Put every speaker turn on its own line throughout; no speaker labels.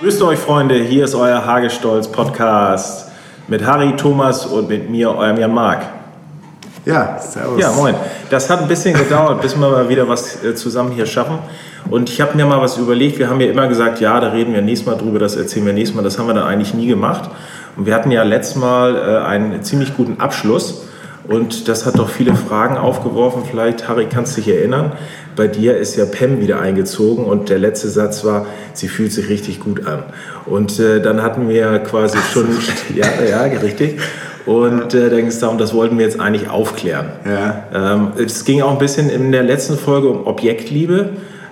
Grüßt euch, Freunde. Hier ist euer Hagestolz-Podcast mit Harry, Thomas und mit mir, eurem Jan Mark.
Ja, servus.
Ja, moin. Das hat ein bisschen gedauert, bis wir mal wieder was äh, zusammen hier schaffen. Und ich habe mir mal was überlegt. Wir haben ja immer gesagt, ja, da reden wir nächstes Mal drüber, das erzählen wir nächstes Mal. Das haben wir dann eigentlich nie gemacht. Und wir hatten ja letztes Mal äh, einen ziemlich guten Abschluss. Und das hat doch viele Fragen aufgeworfen. Vielleicht, Harry, kannst dich erinnern. Bei dir ist ja Pam wieder eingezogen und der letzte Satz war, sie fühlt sich richtig gut an. Und äh, dann hatten wir quasi schon, ja, ja, richtig. Und äh, dann ging es darum, das wollten wir jetzt eigentlich aufklären.
Ja.
Ähm, es ging auch ein bisschen in der letzten Folge um Objektliebe.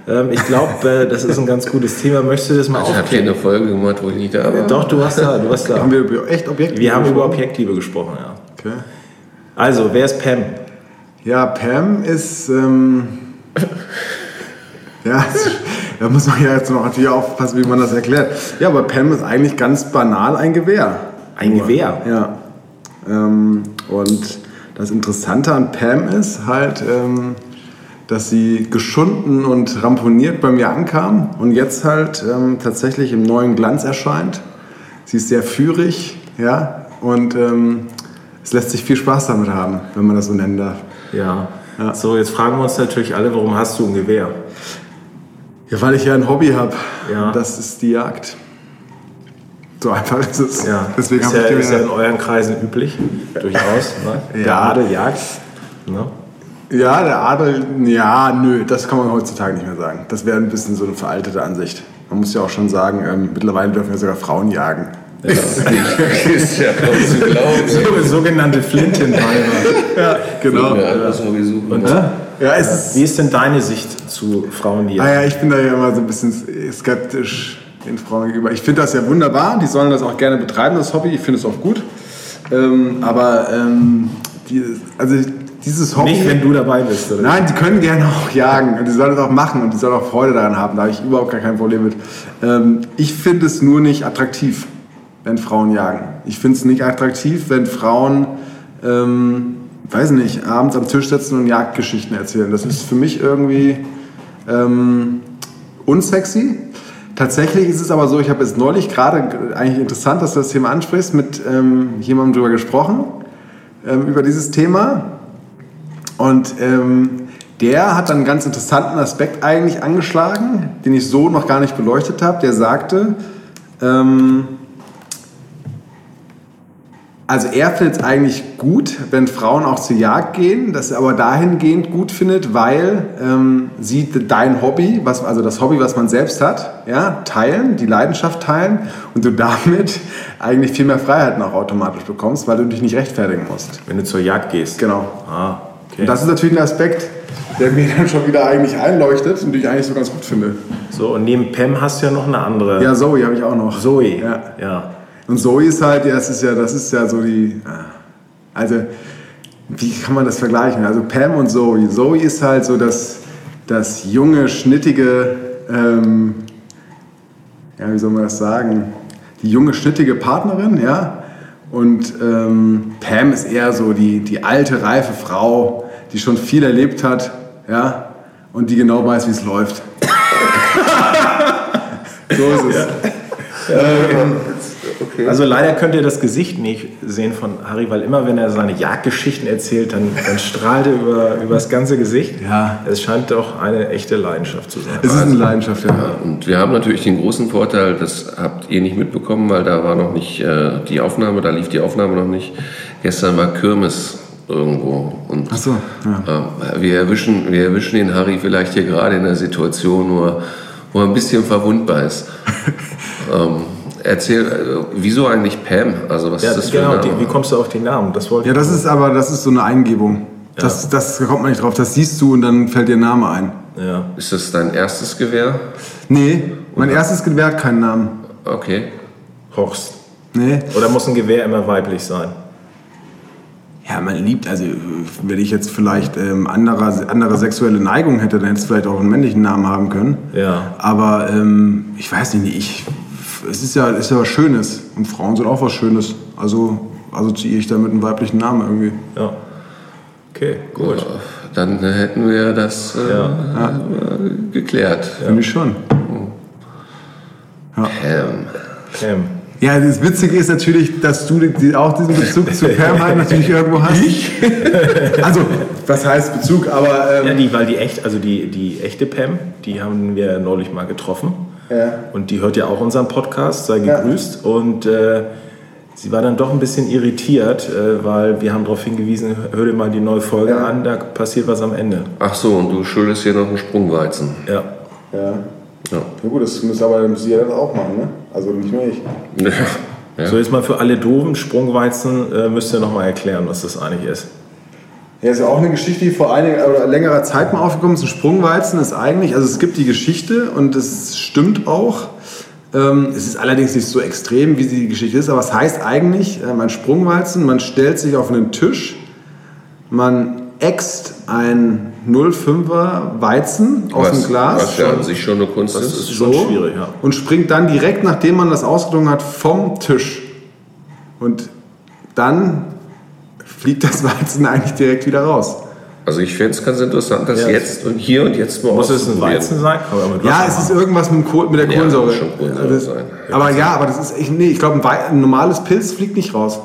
Ähm, ich glaube, äh, das ist ein ganz gutes Thema. Möchtest du das mal
Ich habe hier
aufklären?
eine Folge gemacht, wo ich nicht da war.
Doch, du warst da, du warst da.
Haben wir über echt Objekte
Wir haben über
gesprochen?
Objektliebe gesprochen, ja.
Okay.
Also, wer ist Pam?
Ja, Pam ist. Ähm, ja, da muss man ja jetzt noch natürlich aufpassen, wie man das erklärt. Ja, aber Pam ist eigentlich ganz banal ein Gewehr.
Ein Gewehr.
Ja. Ähm, und das Interessante an Pam ist halt, ähm, dass sie geschunden und ramponiert bei mir ankam und jetzt halt ähm, tatsächlich im neuen Glanz erscheint. Sie ist sehr führig, ja, und ähm, es lässt sich viel Spaß damit haben, wenn man das so nennen darf.
Ja.
Ja.
So, jetzt fragen wir uns natürlich alle, warum hast du ein Gewehr?
Ja, weil ich ja ein Hobby habe.
Ja.
Das ist die Jagd. So einfach ist es.
Ja.
Deswegen
ist,
habe
ja,
ich
ist ja in
gemerkt.
euren Kreisen üblich, durchaus. Ne?
Ja.
Gerade Jagd. Ne?
Ja, der Adel, ja, nö, das kann man heutzutage nicht mehr sagen. Das wäre ein bisschen so eine veraltete Ansicht. Man muss ja auch schon sagen, ähm, mittlerweile dürfen ja sogar Frauen jagen.
ist ja kaum zu glauben.
Sogenannte Flintenpalmer.
Genau.
Ja, also das muss man suchen.
ne?
Ja, es ist,
Wie ist denn deine Sicht zu Frauen, die
ah ja, ich bin da ja immer so ein bisschen skeptisch den Frauen gegenüber. Ich finde das ja wunderbar, die sollen das auch gerne betreiben, das Hobby. Ich finde es auch gut. Ähm, aber ähm, die, also dieses Hobby...
nicht, wenn du dabei bist? Oder?
Nein, die können gerne auch jagen und die sollen es auch machen und die sollen auch Freude daran haben. Da habe ich überhaupt gar kein Problem mit. Ähm, ich finde es nur nicht attraktiv, wenn Frauen jagen. Ich finde es nicht attraktiv, wenn Frauen, ähm, weiß nicht, abends am Tisch sitzen und Jagdgeschichten erzählen. Das ist für mich irgendwie ähm, unsexy. Tatsächlich ist es aber so, ich habe jetzt neulich gerade, eigentlich interessant, dass du das Thema ansprichst, mit ähm, jemandem drüber gesprochen, ähm, über dieses Thema. Und ähm, der hat dann einen ganz interessanten Aspekt eigentlich angeschlagen, den ich so noch gar nicht beleuchtet habe. Der sagte, ähm, also er findet es eigentlich gut, wenn Frauen auch zur Jagd gehen, das er aber dahingehend gut findet, weil ähm, sie de- dein Hobby, was, also das Hobby, was man selbst hat, ja, teilen, die Leidenschaft teilen und du damit eigentlich viel mehr Freiheiten auch automatisch bekommst, weil du dich nicht rechtfertigen musst.
Wenn du zur Jagd gehst.
Genau.
Ah, okay.
Und das ist natürlich ein Aspekt, der mir dann schon wieder eigentlich einleuchtet und den ich eigentlich so ganz gut finde.
so, und neben Pam hast du ja noch eine andere.
Ja, Zoe habe ich auch noch.
Zoe.
Ja.
ja.
Und Zoe ist halt, ja, das ist ja, das ist ja so die. ah. Also, wie kann man das vergleichen? Also Pam und Zoe. Zoe ist halt so das, das junge, schnittige, ähm, ja, wie soll man das sagen? Die junge, schnittige Partnerin, ja. Und ähm, Pam ist eher so die, die alte, reife Frau, die schon viel erlebt hat, ja, und die genau weiß, wie es läuft. so ist es.
Also leider könnt ihr das Gesicht nicht sehen von Harry, weil immer wenn er seine Jagdgeschichten erzählt, dann, dann strahlt er über, über das ganze Gesicht.
Ja.
Es scheint doch eine echte Leidenschaft zu sein.
Es ist eine Leidenschaft, ja.
Und wir haben natürlich den großen Vorteil, das habt ihr nicht mitbekommen, weil da war noch nicht äh, die Aufnahme, da lief die Aufnahme noch nicht. Gestern war Kirmes irgendwo. Und
Ach so,
äh, wir, erwischen, wir erwischen den Harry vielleicht hier gerade in einer Situation, wo er, wo er ein bisschen verwundbar ist. ähm, erzähl, äh, wieso eigentlich Pam? Also was
Ja,
ist das
genau.
für ein
Die, wie
Name?
kommst du auf den Namen? Das wollte
Ja, das ist aber, das ist so eine Eingebung. Das, das kommt man nicht drauf. Das siehst du und dann fällt dir ein Name ein.
ja.
Ist das dein erstes Gewehr?
Nee, mein erstes Gewehr hat keinen Namen.
Okay.
Horst.
Nee.
Oder muss ein Gewehr immer weiblich sein?
Ja, man liebt, also äh, wenn ich jetzt vielleicht ähm, andere, andere sexuelle Neigung hätte, dann hätte es vielleicht auch einen männlichen Namen haben können.
Ja.
Aber ähm, ich weiß nicht, ich, es ist ja, ist ja was Schönes. Und also Frauen sind auch was Schönes. Also assoziiere ich da mit einem weiblichen Namen irgendwie.
Ja. Okay, gut.
Ja, Dann hätten wir das äh,
Ja.
äh, geklärt.
Finde ich schon.
Ähm,
Cam.
Ja, das Witzige ist natürlich, dass du die- die, auch diesen Bezug zu Pam halt natürlich irgendwo hast. Ich? Also, was heißt Bezug, aber
Ja,
ähm,
die, weil die echt, also die, die echte Pam, die haben wir neulich mal getroffen.
Ja.
Und die hört ja auch unseren Podcast, sei
Ja.
gegrüßt. Und äh, sie war dann doch ein bisschen irritiert, äh, weil wir haben darauf hingewiesen, hör dir mal die neue Folge
Ja.
an, da passiert was am Ende.
ach so, und du schuldest hier noch einen Sprungweizen.
Ja.
ja.
Ja.
Ja gut, das muss aber sie ja dann auch machen, ne? Also nicht nur ich.
So, jetzt mal für alle doofen Sprungweizen äh, müsst ihr nochmal erklären, was das eigentlich ist.
Ja, ist ja auch eine Geschichte, die vor einiger äh, oder längerer Zeit mal aufgekommen ist. Ein Sprungweizen ist eigentlich, also es gibt die Geschichte und es stimmt auch. Ähm, es ist allerdings nicht so extrem, wie sie die Geschichte ist, aber es heißt eigentlich, ähm, ein Sprungweizen, man stellt sich auf einen Tisch, man äxt ein 05er Weizen aus
was,
dem Glas.
Was ja an sich schon eine Kunst
Das
ist.
ist schon schwierig, ja.
Und springt dann direkt, nachdem man das ausgedrungen hat, vom Tisch. Und dann fliegt das Weizen eigentlich direkt wieder raus.
Also ich finde es ganz interessant, dass
Ja.
jetzt und hier und jetzt mal
Muss es ein
auszuprobieren.
Weizen sein? Kann man mit
Ja,
Wasser
es ist
machen.
irgendwas mit, dem Kohl, mit der
Ja,
Kohlensäure.
muss schon Kohlensäure
Also das-
sein.
Aber ja, aber das ist, ich, nee, ich glaube, ein, Wei- ein normales Pilz fliegt nicht raus.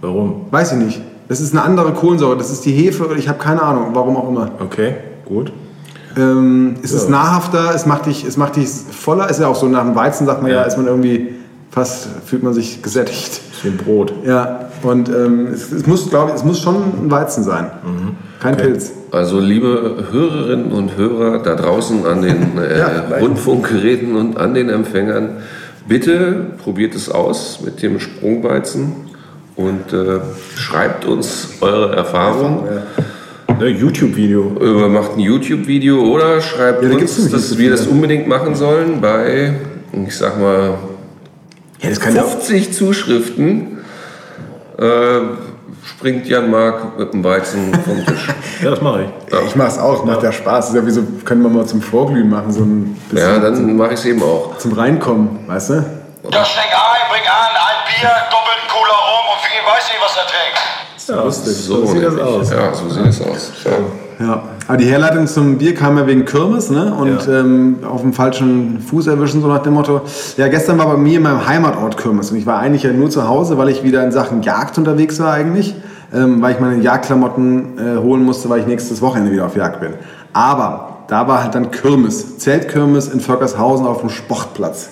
Warum?
Weiß ich nicht. Das ist eine andere Kohlensäure, das ist die Hefe, ich habe keine Ahnung, warum auch immer.
Okay, gut.
Ähm, es ist
Ja.
nahrhafter, es macht, dich, es macht dich voller. Ist ja auch so, nach dem Weizen sagt man ja,
Ja.
ist man irgendwie fast, fühlt man sich gesättigt.
Ist wie ein Brot.
Ja, und ähm, es, es muss, glaube ich, es muss schon ein Weizen sein. Kein Pilz.
Also liebe Hörerinnen und Hörer da draußen an den äh,
Ja, gleich.
Rundfunkgeräten und an den Empfängern, bitte probiert es aus mit dem Sprungweizen und äh, schreibt uns eure Erfahrungen.
Ne, YouTube-Video.
Äh, Macht ein YouTube-Video oder schreibt
Ja, da gibt's
uns,
nämlich
dass
nicht so
wir das unbedingt machen sollen bei, ich sag mal,
Ja, das kann ja auch.
50 Zuschriften. Äh, springt Jan Mark mit dem Weizen vom Tisch.
Ja, das mache ich.
Ich mache es auch, macht ja Spaß. Ist ja wie so, können wir mal zum Vorglühen machen, so ein bisschen
ja, dann mache ich es eben auch.
zum Reinkommen, weißt du?
Ja, steck ein, bring an, ein Bier, doppelten Cooler rum und ich weiß nicht, was er trinkt.
Ja, lustig.
So,
sieht das
nämlich.
aus.
Ja, so sieht es aus. Ja.
Ja, aber die Herleitung zum Bier kam ja wegen Kirmes, ne? Und
Ja.
ähm, auf dem falschen Fuß erwischen, so nach dem Motto. Ja, gestern war bei mir in meinem Heimatort Kirmes und ich war eigentlich ja nur zu Hause, weil ich wieder in Sachen Jagd unterwegs war eigentlich, ähm, weil ich meine Jagdklamotten äh, holen musste, weil ich nächstes Wochenende wieder auf Jagd bin. Aber da war halt dann Kirmes, Zeltkirmes in Völkershausen auf dem Sportplatz.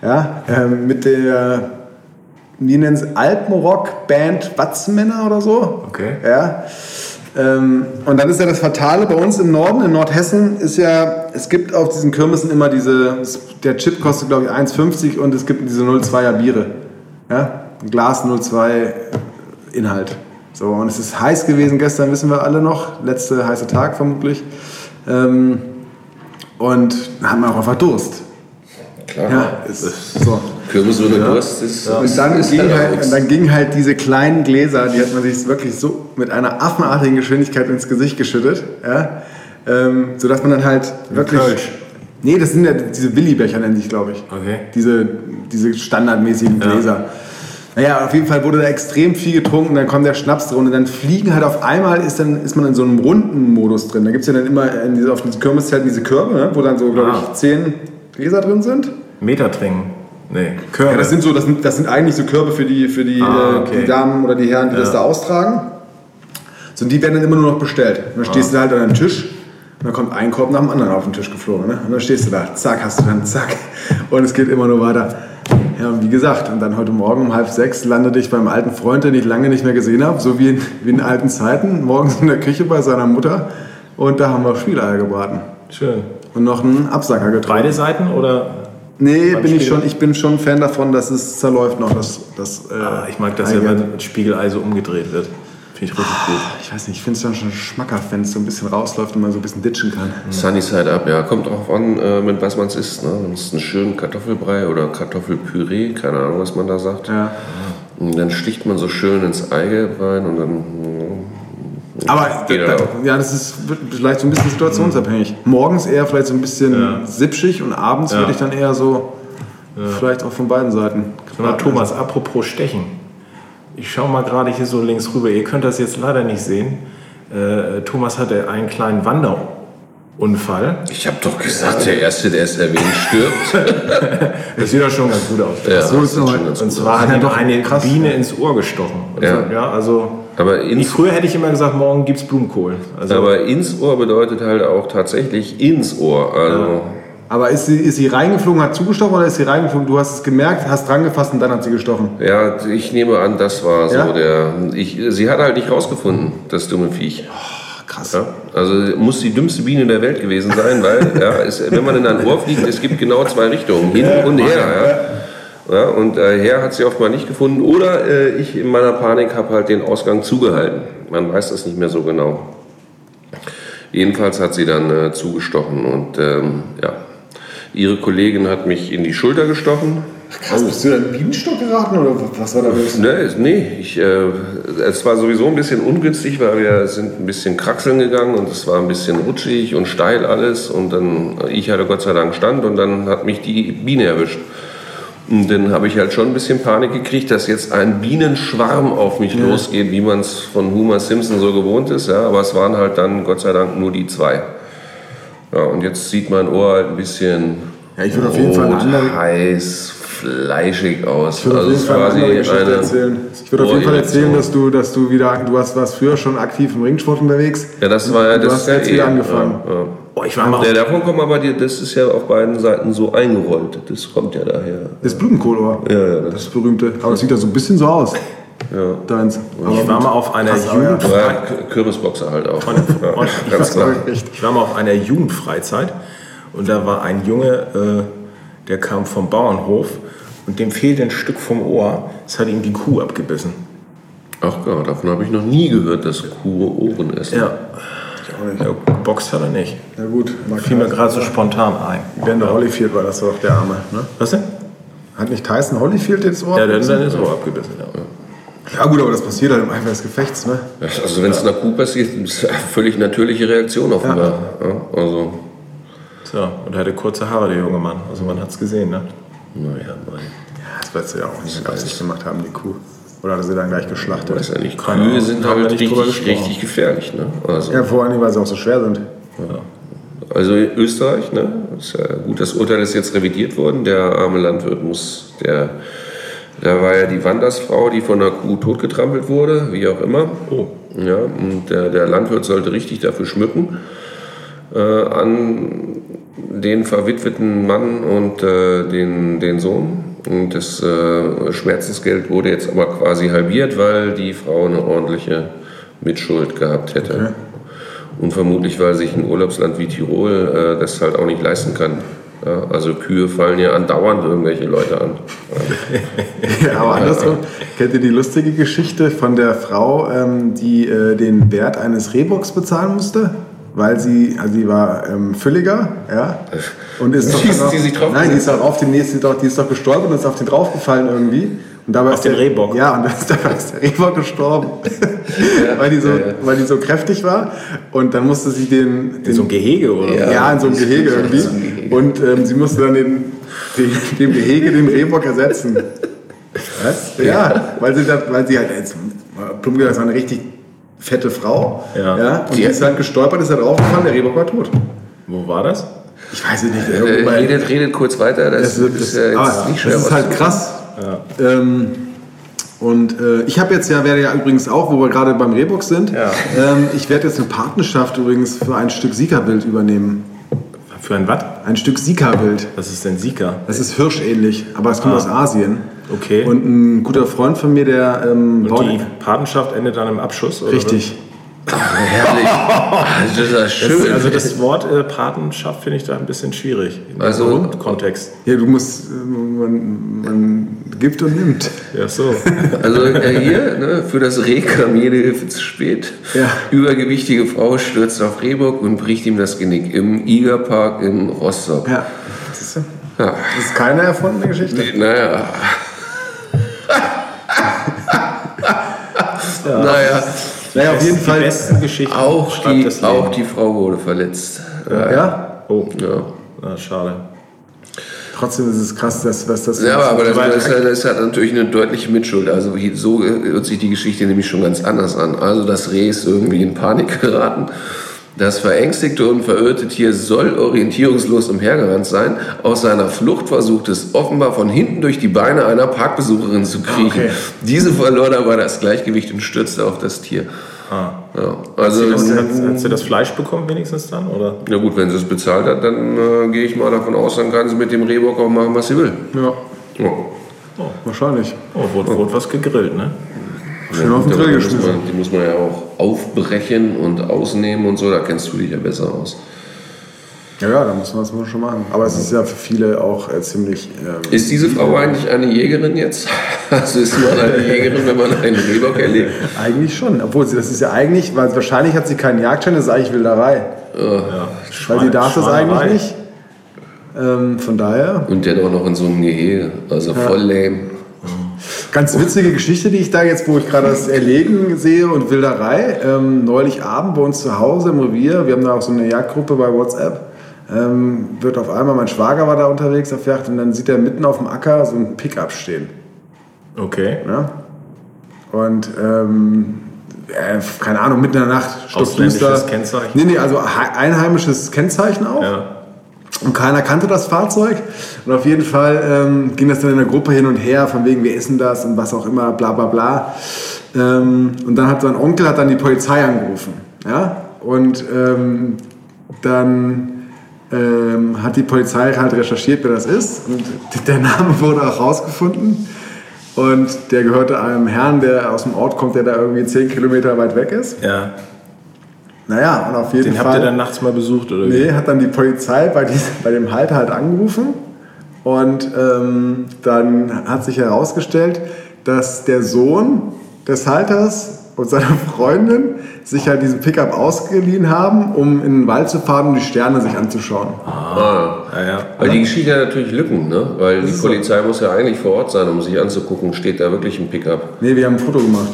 Ja, ähm, mit der, wie nennen es, Alpenrock-Band Watzmänner oder so.
Okay.
Ja. Ähm, und dann ist ja das Fatale bei uns im Norden, in Nordhessen, ist ja, es gibt auf diesen Kirmessen immer diese, der Chip kostet glaube ich 1,50 und es gibt diese 0,2er Biere. Ja? Ein Glas 0,2 Inhalt. So, und es ist heiß gewesen gestern, wissen wir alle noch. Letzter heiße Tag vermutlich. Ähm, und da haben wir auch einfach Durst.
Klar.
Ja, ist, so.
Kürbis ohne Durst ist,
Und
ist,
dann,
ist
ging
auch
halt,
nix.
und dann ging halt diese kleinen Gläser, die hat man sich wirklich so mit einer affenartigen Geschwindigkeit ins Gesicht geschüttet, ja? ähm, sodass man dann halt wirklich.
Kölsch.
Nee, das sind ja diese Willi-Becher, nennen sich, glaube ich.
Okay.
Diese, diese standardmäßigen Gläser. Naja, auf jeden Fall wurde da extrem viel getrunken, dann kommt der Schnaps drin und dann fliegen halt auf einmal, ist, dann, ist man in so einem runden Modus drin. Da gibt es ja dann immer in diese, auf den Kirmeszelten diese Körbe, ne? wo dann so, glaube
Ah.
ich, zehn Gläser drin sind.
Meter trinken. Nee, Körbe.
Ja, das sind so, das sind, das sind eigentlich so Körbe für die, für die,
Ah,
äh,
okay.
die Damen oder die Herren, die das da austragen. So, und die werden dann immer nur noch bestellt.
Ah.
Und dann stehst du da halt an einem Tisch und dann kommt ein Korb nach dem anderen auf den Tisch geflogen. Ne? Und dann stehst du da, zack, hast du dann, zack. Und es geht immer nur weiter. Ja, und wie gesagt, und dann heute Morgen um halb sechs landete ich beim alten Freund, den ich lange nicht mehr gesehen habe, so wie in, wie in alten Zeiten, morgens in der Küche bei seiner Mutter. Und da haben wir Spieleier gebraten
Schön.
und noch einen Absacker getrunken.
Beide Seiten oder?
Nee,
Beim
bin ich,
Spiegel.
schon, ich bin schon Fan davon, dass es zerläuft noch. Das, das, äh,
Ah, ich mag das ja,
Eigelb.
wenn ein Spiegelei so umgedreht wird. Finde ich richtig gut.
Ah, Ich weiß nicht, ich finde es dann schon schmackhaft, wenn es so ein bisschen rausläuft und man so ein bisschen ditchen kann.
Mhm.
Sunny Side Up, ja. Kommt drauf an, äh, mit was man es isst. Ne? Wenn es einen schönen Kartoffelbrei oder Kartoffelpüree, keine Ahnung, was man da sagt.
Ja.
Und dann sticht man so schön ins Eigelb rein und dann. hm.
Aber
Geht
da,
auch.
ja, das ist wird vielleicht so ein bisschen situationsabhängig. Morgens eher vielleicht so ein bisschen sipschig und abends würde ich dann eher so vielleicht auch von beiden Seiten.
Sag mal, Thomas, apropos Stechen. Ich schaue mal gerade hier so links rüber. Ihr könnt das jetzt leider nicht sehen. Äh, Thomas hatte einen kleinen Wanderunfall.
Ich habe doch gesagt, der Erste, der es erwähnt, stirbt.
Das sieht ja schon ganz gut aus.
Ja,
So ist
das
es
schon
noch.
ganz
Und
gut.
zwar hat
Ja,
ihm
doch,
eine
krass.
Biene ins Ohr gestochen. Also,
Ja.
ja, also
Aber
ich,
ins,
früher hätte ich immer gesagt, morgen gibt's Blumenkohl. Also,
aber ins Ohr bedeutet halt auch tatsächlich ins Ohr. Also,
Aber ist sie, ist sie reingeflogen, hat zugestochen oder ist sie reingeflogen? Du hast es gemerkt, hast dran gefasst und dann hat sie gestochen.
ja, ich nehme an, das war so
Ja?
der. Ich, sie hat halt nicht rausgefunden, das dumme Viech.
Krass.
Ja, also muss die dümmste Biene der Welt gewesen sein, weil ja, es, wenn man in ein Ohr fliegt, es gibt genau zwei Richtungen, hin und her. Ja. Ja, und äh, her hat sie oftmals nicht gefunden oder äh, ich in meiner Panik habe halt den Ausgang zugehalten. Man weiß das nicht mehr so genau. Jedenfalls hat sie dann äh, zugestochen und ähm, ja. Ihre Kollegin hat mich in die Schulter gestochen.
Krass, bist du da in den Bienenstock geraten oder was war da los?
Ne, es- nee, ich, äh, es war sowieso ein bisschen ungünstig, weil wir sind ein bisschen kraxeln gegangen und es war ein bisschen rutschig und steil alles und dann, ich hatte Gott sei Dank Stand und dann hat mich die Biene erwischt. Und dann habe ich halt schon ein bisschen Panik gekriegt, dass jetzt ein Bienenschwarm auf mich losgeht, wie man es von Homer Simpson so gewohnt ist, ja, aber es waren halt dann Gott sei Dank nur die zwei. Ja, und jetzt sieht mein Ohr halt ein bisschen
Ja, ich würde auf jeden Fall eine
rot,
andere-
heiß, fleischig aus.
Ich würde auf
es
jeden Fall eine
war
andere
Also quasi
Geschichte
eine-
erzählen. Ich würde auf jeden Fall erzählen, dass du, dass du wieder, du warst, warst früher schon aktiv im Ringsport unterwegs.
Ja, das war ja
Du
das
hast
ist ja
jetzt wieder angefangen.
Ja, ja.
oh, ich war mal auf
Ja, davon kommt aber die, das ist ja auf beiden Seiten so eingerollt. Das kommt ja daher.
Das Blumenkohlohr.
Ja, ja, das-
das, berühmte. Aber das sieht ja so ein bisschen so aus.
Ja.
Deins. Aber
Ich war mal auf einer
Krass, aber ja.
Jugend.
Ja, K- Kürbisboxer halt auch. Ja,
ich
ganz klar.
echt.
Ich war mal auf einer Jugendfreizeit und da war ein Junge, äh, der kam vom Bauernhof und dem fehlte ein Stück vom Ohr. Das hat ihm die Kuh abgebissen.
Ach Gott, davon habe ich noch nie gehört, dass Kuh Ohren essen.
Ja. ja Box hat er nicht.
Ja gut, mag
Fiel mir gerade so spontan ein.
Ben Holyfield war das doch, der Arme. Ne?
Was denn?
Hat nicht Tyson Holyfield jetzt Ohr?
Ja, der hat sein Ohr abgebissen. Ja.
Ja gut, aber das passiert halt im Eifer des Gefechts, ne?
Also wenn es einer Kuh passiert, ist es eine völlig natürliche Reaktion offenbar. Ja. also,
So, und er hatte kurze Haare, der junge Mann. Also man hat's gesehen, ne?
naja, mein.
Ja, das wird sie ja auch nicht absichtlich gemacht haben, die Kuh. Oder hat er sie dann gleich geschlachtet?
Weiß ja nicht.
Keine
Kühe
Ahnung,
sind
haben wir
halt
nicht drüber
richtig,
gesprochen.
richtig gefährlich. Ne? Also,
Ja, vor allem, weil sie auch so schwer sind.
Also in Österreich, ne? Ist ja gut, das Urteil ist jetzt revidiert worden. Der arme Landwirt muss, der, da war ja die Wandersfrau, die von einer Kuh totgetrampelt wurde, wie auch immer. Oh. Ja, und der, der Landwirt sollte richtig dafür schmücken. Äh, an den verwitweten Mann und äh, den, den Sohn. Und das äh, Schmerzensgeld wurde jetzt aber quasi halbiert, weil die Frau eine ordentliche Mitschuld gehabt hätte. Und vermutlich, weil sich ein Urlaubsland wie Tirol äh, das halt auch nicht leisten kann. Ja, also Kühe fallen ja andauernd irgendwelche Leute an.
Ja, aber Genau, andersrum, kennt ihr die lustige Geschichte von der Frau, ähm, die äh, den Wert eines Rehbocks bezahlen musste? Weil sie, also sie war ähm, Fülliger, ja. Und ist doch.
Schießt
dann auch-
sie sich drauf?
Nein, die ist doch auf den nächsten, doch, die ist doch gestolpert und ist auf den draufgefallen irgendwie. Und dabei ist
den
der,
Rehbock?
Ja, und dann ist, dabei ist der Rehbock gestorben. weil, die so, weil die so kräftig war. Und dann musste sie den,
In
den
so einem Gehege oder
Ja.
so.
ja, in so einem Gehege irgendwie. Und ähm, sie musste dann den, den, dem Gehege den Rehbock ersetzen. Was? Ja, weil sie, da- weil sie halt jetzt, mal plump gesagt, das war eine richtig fette Frau.
Ja.
und die ist dann gestolpert, ist da draufgefallen, der Rehbock war tot.
Wo war das?
Ich weiß es nicht.
Äh,
wobei-
redet, redet kurz weiter, das,
das, das,
ist ja jetzt
ah,
nicht schwer.
das ist
was
halt
zu-
krass. Ähm, und äh, ich habe jetzt ja, werde ja übrigens auch, wo wir gerade beim Rehbock sind, ähm, ich werde jetzt eine Partnerschaft übrigens für ein Stück Siegerbild übernehmen.
Für ein Watt?
Ein Stück Siegerbild.
Das ist denn Sika.
Das ist hirschähnlich, aber es kommt aus Asien.
Ah. Okay.
Und ein guter Freund von mir, der ähm,
Und die Patenschaft endet dann im Abschuss, oder?
Richtig.
Herrlich. Also, das ist ja schön.
Also das Wort äh, Patenschaft finde ich da ein bisschen schwierig. In
Also-
diesem Kontext.
Ja, du musst, äh, man, man gibt und nimmt.
Ja, so.
Also äh, hier, ne, für das Reh kam jede Hilfe zu spät.
Ja.
Übergewichtige Frau stürzt auf Rehbock und bricht ihm das Genick im Igerpark in Rostock.
Ja. Siehst du? Das ist keine erfundene Geschichte.
Naja. Naja,
Naja, auf jeden
die
Fall.
besten Geschichten.
auch
schreibt
die,
das Leben.
auch die Frau wurde verletzt.
Ja.
Oh,
Ja.
na, schade.
Trotzdem ist es krass, dass, was das
Ja, aber das, das, ist, ja- das hat natürlich eine deutliche Mitschuld. Also hier- so hört sich die Geschichte nämlich schon ganz anders an. Also das Reh ist irgendwie in Panik geraten. Das verängstigte und verirrte Tier soll orientierungslos umhergerannt sein. Aus seiner Flucht versucht es offenbar von hinten durch die Beine einer Parkbesucherin zu kriechen.
Ah,
Okay.
Diese verlor dabei das Gleichgewicht und stürzte auf das Tier. Ja. Also,
Ah. Hat, hat sie das Fleisch bekommen wenigstens dann? Oder?
na gut, wenn sie es bezahlt hat, dann äh, gehe ich mal davon aus, dann kann sie mit dem Rehbock auch machen, was sie will. Oh,
Ja,
Ja.
wahrscheinlich.
Oh, wurde, wurde was gegrillt, ne?
Schön auf den
Aber
Grill
die, muss
geschmissen.
man, die muss man ja auch aufbrechen und ausnehmen und so, da kennst du dich ja besser aus.
Ja, ja, da muss man das mal schon machen. Aber es ist ja für viele auch äh, ziemlich. Ähm,
Ist diese Frau eigentlich eine Jägerin jetzt? Also ist man eine Jägerin, wenn man einen Rehbock erlebt?
eigentlich schon. Obwohl, sie, das ist ja eigentlich, weil wahrscheinlich hat sie keinen Jagdschein, das ist eigentlich Wilderei. Weil sie darf das eigentlich nicht. Ähm, von daher.
Und dennoch noch in so einem Gehege, also voll lame.
Ganz witzige Geschichte, die ich da jetzt, wo ich gerade das Erlegen sehe und Wilderei. Ähm, neulich Abend bei uns zu Hause im Revier, wir haben da auch so eine Jagdgruppe bei WhatsApp, ähm, wird auf einmal, mein Schwager war da unterwegs auf Jagd und dann sieht er mitten auf dem Acker so ein Pickup stehen.
Okay.
Ne? Und ähm, äh, keine Ahnung, mitten in der Nacht.
Ausländisches
stockduster.
Kennzeichen?
Nee, nee, also hei- einheimisches Kennzeichen auch.
Ja.
Und keiner kannte das Fahrzeug. Und auf jeden Fall ähm, ging das dann in der Gruppe hin und her, von wegen, wir essen das und was auch immer, bla bla bla. Ähm, und dann hat sein Onkel hat dann die Polizei angerufen. Ja? Und ähm, dann ähm, hat die Polizei halt recherchiert, wer das ist. Und der Name wurde auch rausgefunden. Und der gehörte einem Herrn, der aus dem Ort kommt, der da irgendwie 10 Kilometer weit weg ist.
ja.
Naja, und auf jeden
Den
Fall.
habt ihr dann nachts mal besucht, oder wie?
Nee, hat dann die Polizei bei, diesem, bei dem Halter halt angerufen. Und ähm, dann hat sich herausgestellt, dass der Sohn des Halters und seine Freundin sich halt diesen Pickup ausgeliehen haben, um in den Wald zu fahren und die Sterne sich anzuschauen.
Ah.
Ja, ja.
Weil die Geschichte hat natürlich Lücken, ne? Weil die Polizei muss ja eigentlich vor Ort sein, um sich anzugucken, steht da wirklich ein Pickup.
Nee, wir haben ein Foto gemacht.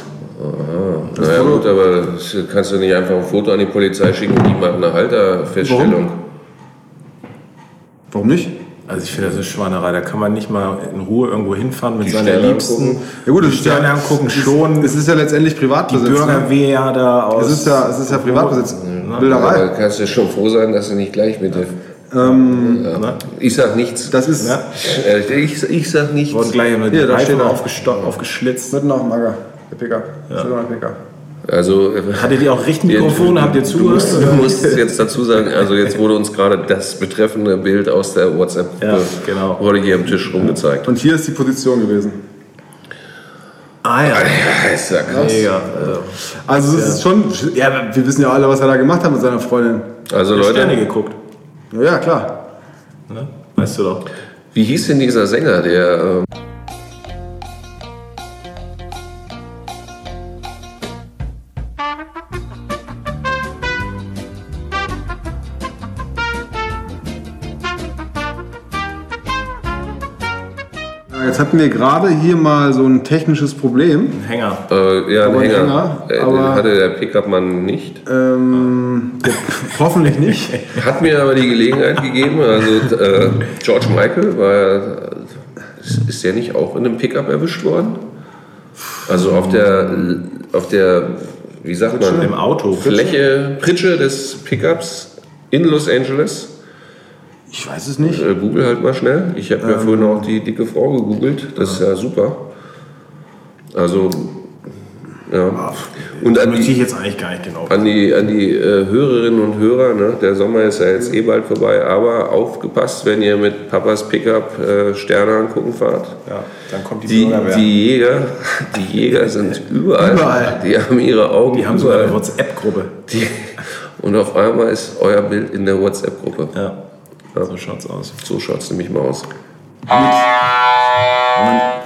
Naja gut, aber das kannst du nicht einfach ein Foto an die Polizei schicken und die machen eine Halterfeststellung.
Warum nicht?
Also ich finde, das ist Schweinerei. Da kann man nicht mal in Ruhe irgendwo hinfahren mit
Die
seiner
Sterne
Liebsten.
angucken.
Ja gut,
die
es ist ja-
Sterne angucken schon.
Es ist ja letztendlich Privatbesitz. ne?
Bürgerwehr da aus.
Es ist ja, es ist ja Privatbesitz. Bilderei.
Aber kannst du schon froh sein, dass du nicht gleich mit der...
Ähm,
ja. Ich sag nichts.
Das ist
Ja.
Ehrlich, ich, ich sag nichts.
Wurden gleich mit
Hier,
den
da steht
Reifen
er.
aufgesto- aufgeschlitzt.
mitten auf dem Acker. Der Pickup. Ja. Pickup.
Also,
Hattet ihr auch richtig
Ja,
Mikrofone? Habt ihr zugehört?
du musst jetzt dazu sagen, also jetzt wurde uns gerade das betreffende Bild aus der WhatsApp-Gruppe
Ja, genau.
wurde hier am Tisch rumgezeigt.
Und hier ist die Position gewesen.
Ah ja.
Ja, ist ja krass.
Mega. äh,
Also es ist schon, ja, aber wir wissen ja alle, was er da gemacht hat mit seiner Freundin.
Also
Äh, Sterne
Leute,
geguckt.
Ja, ja klar.
Ne? Weißt du doch.
wie hieß denn dieser Sänger, der... ähm,
Ja, Jetzt hatten wir gerade hier mal so ein technisches
Ein
Problem.
Hänger.
Äh, ja, ein
Aber ein
Hänger.
Hänger,
Äh, Den
aber-
hatte der Pickup-Mann nicht.
Ähm, hoffentlich nicht.
Hat mir aber die Gelegenheit gegeben. Also äh, George Michael war ja, ist- ist ja nicht auch in einem Pickup erwischt worden. Also auf der auf der wie sagt
Im
man
Auto.
Fläche Pritsche des Pickups in Los Angeles.
Ich weiß es nicht.
Äh, Google halt mal schnell. Ich habe
Ähm.
ja vorhin auch die dicke Frau gegoogelt. Das ist ja super. Also ja.
Ah,
Und an
Möchte
die,
ich jetzt eigentlich gar nicht genau.
An die, an die äh, Hörerinnen und Hörer, ne? der Sommer ist ja jetzt eh bald vorbei, aber aufgepasst, wenn ihr mit Papas Pickup äh, Sterne angucken fahrt.
Ja, dann kommt die,
Die,
Bürgerwehr. Die,
die, Jäger, die Jäger sind überall.
Überall.
Die haben ihre Augen
haben sogar eine
überall.
WhatsApp-Gruppe.
Die, und auf einmal ist euer Bild in der WhatsApp-Gruppe.
Ja. So schaut's aus.
So schaut es nämlich mal aus.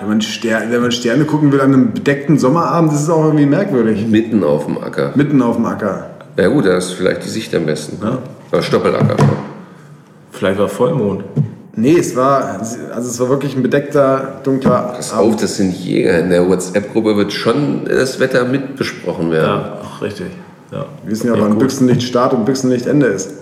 Wenn man, Sterne, wenn man Sterne gucken will an einem bedeckten Sommerabend, ist es auch irgendwie merkwürdig.
Mitten auf dem Acker.
Mitten auf dem Acker.
Ja gut, da ist vielleicht die Sicht am besten. Aber Stoppelacker.
Vielleicht war Vollmond.
Nee, es war, also es war wirklich ein bedeckter, dunkler
Pass
Abend.
auf, das sind Jäger. In der WhatsApp-Gruppe wird schon das Wetter mitbesprochen werden.
Ja, ach, richtig. Ja.
Wir wissen ja, wann Büchsenlicht Start und Büchsenlicht Ende ist.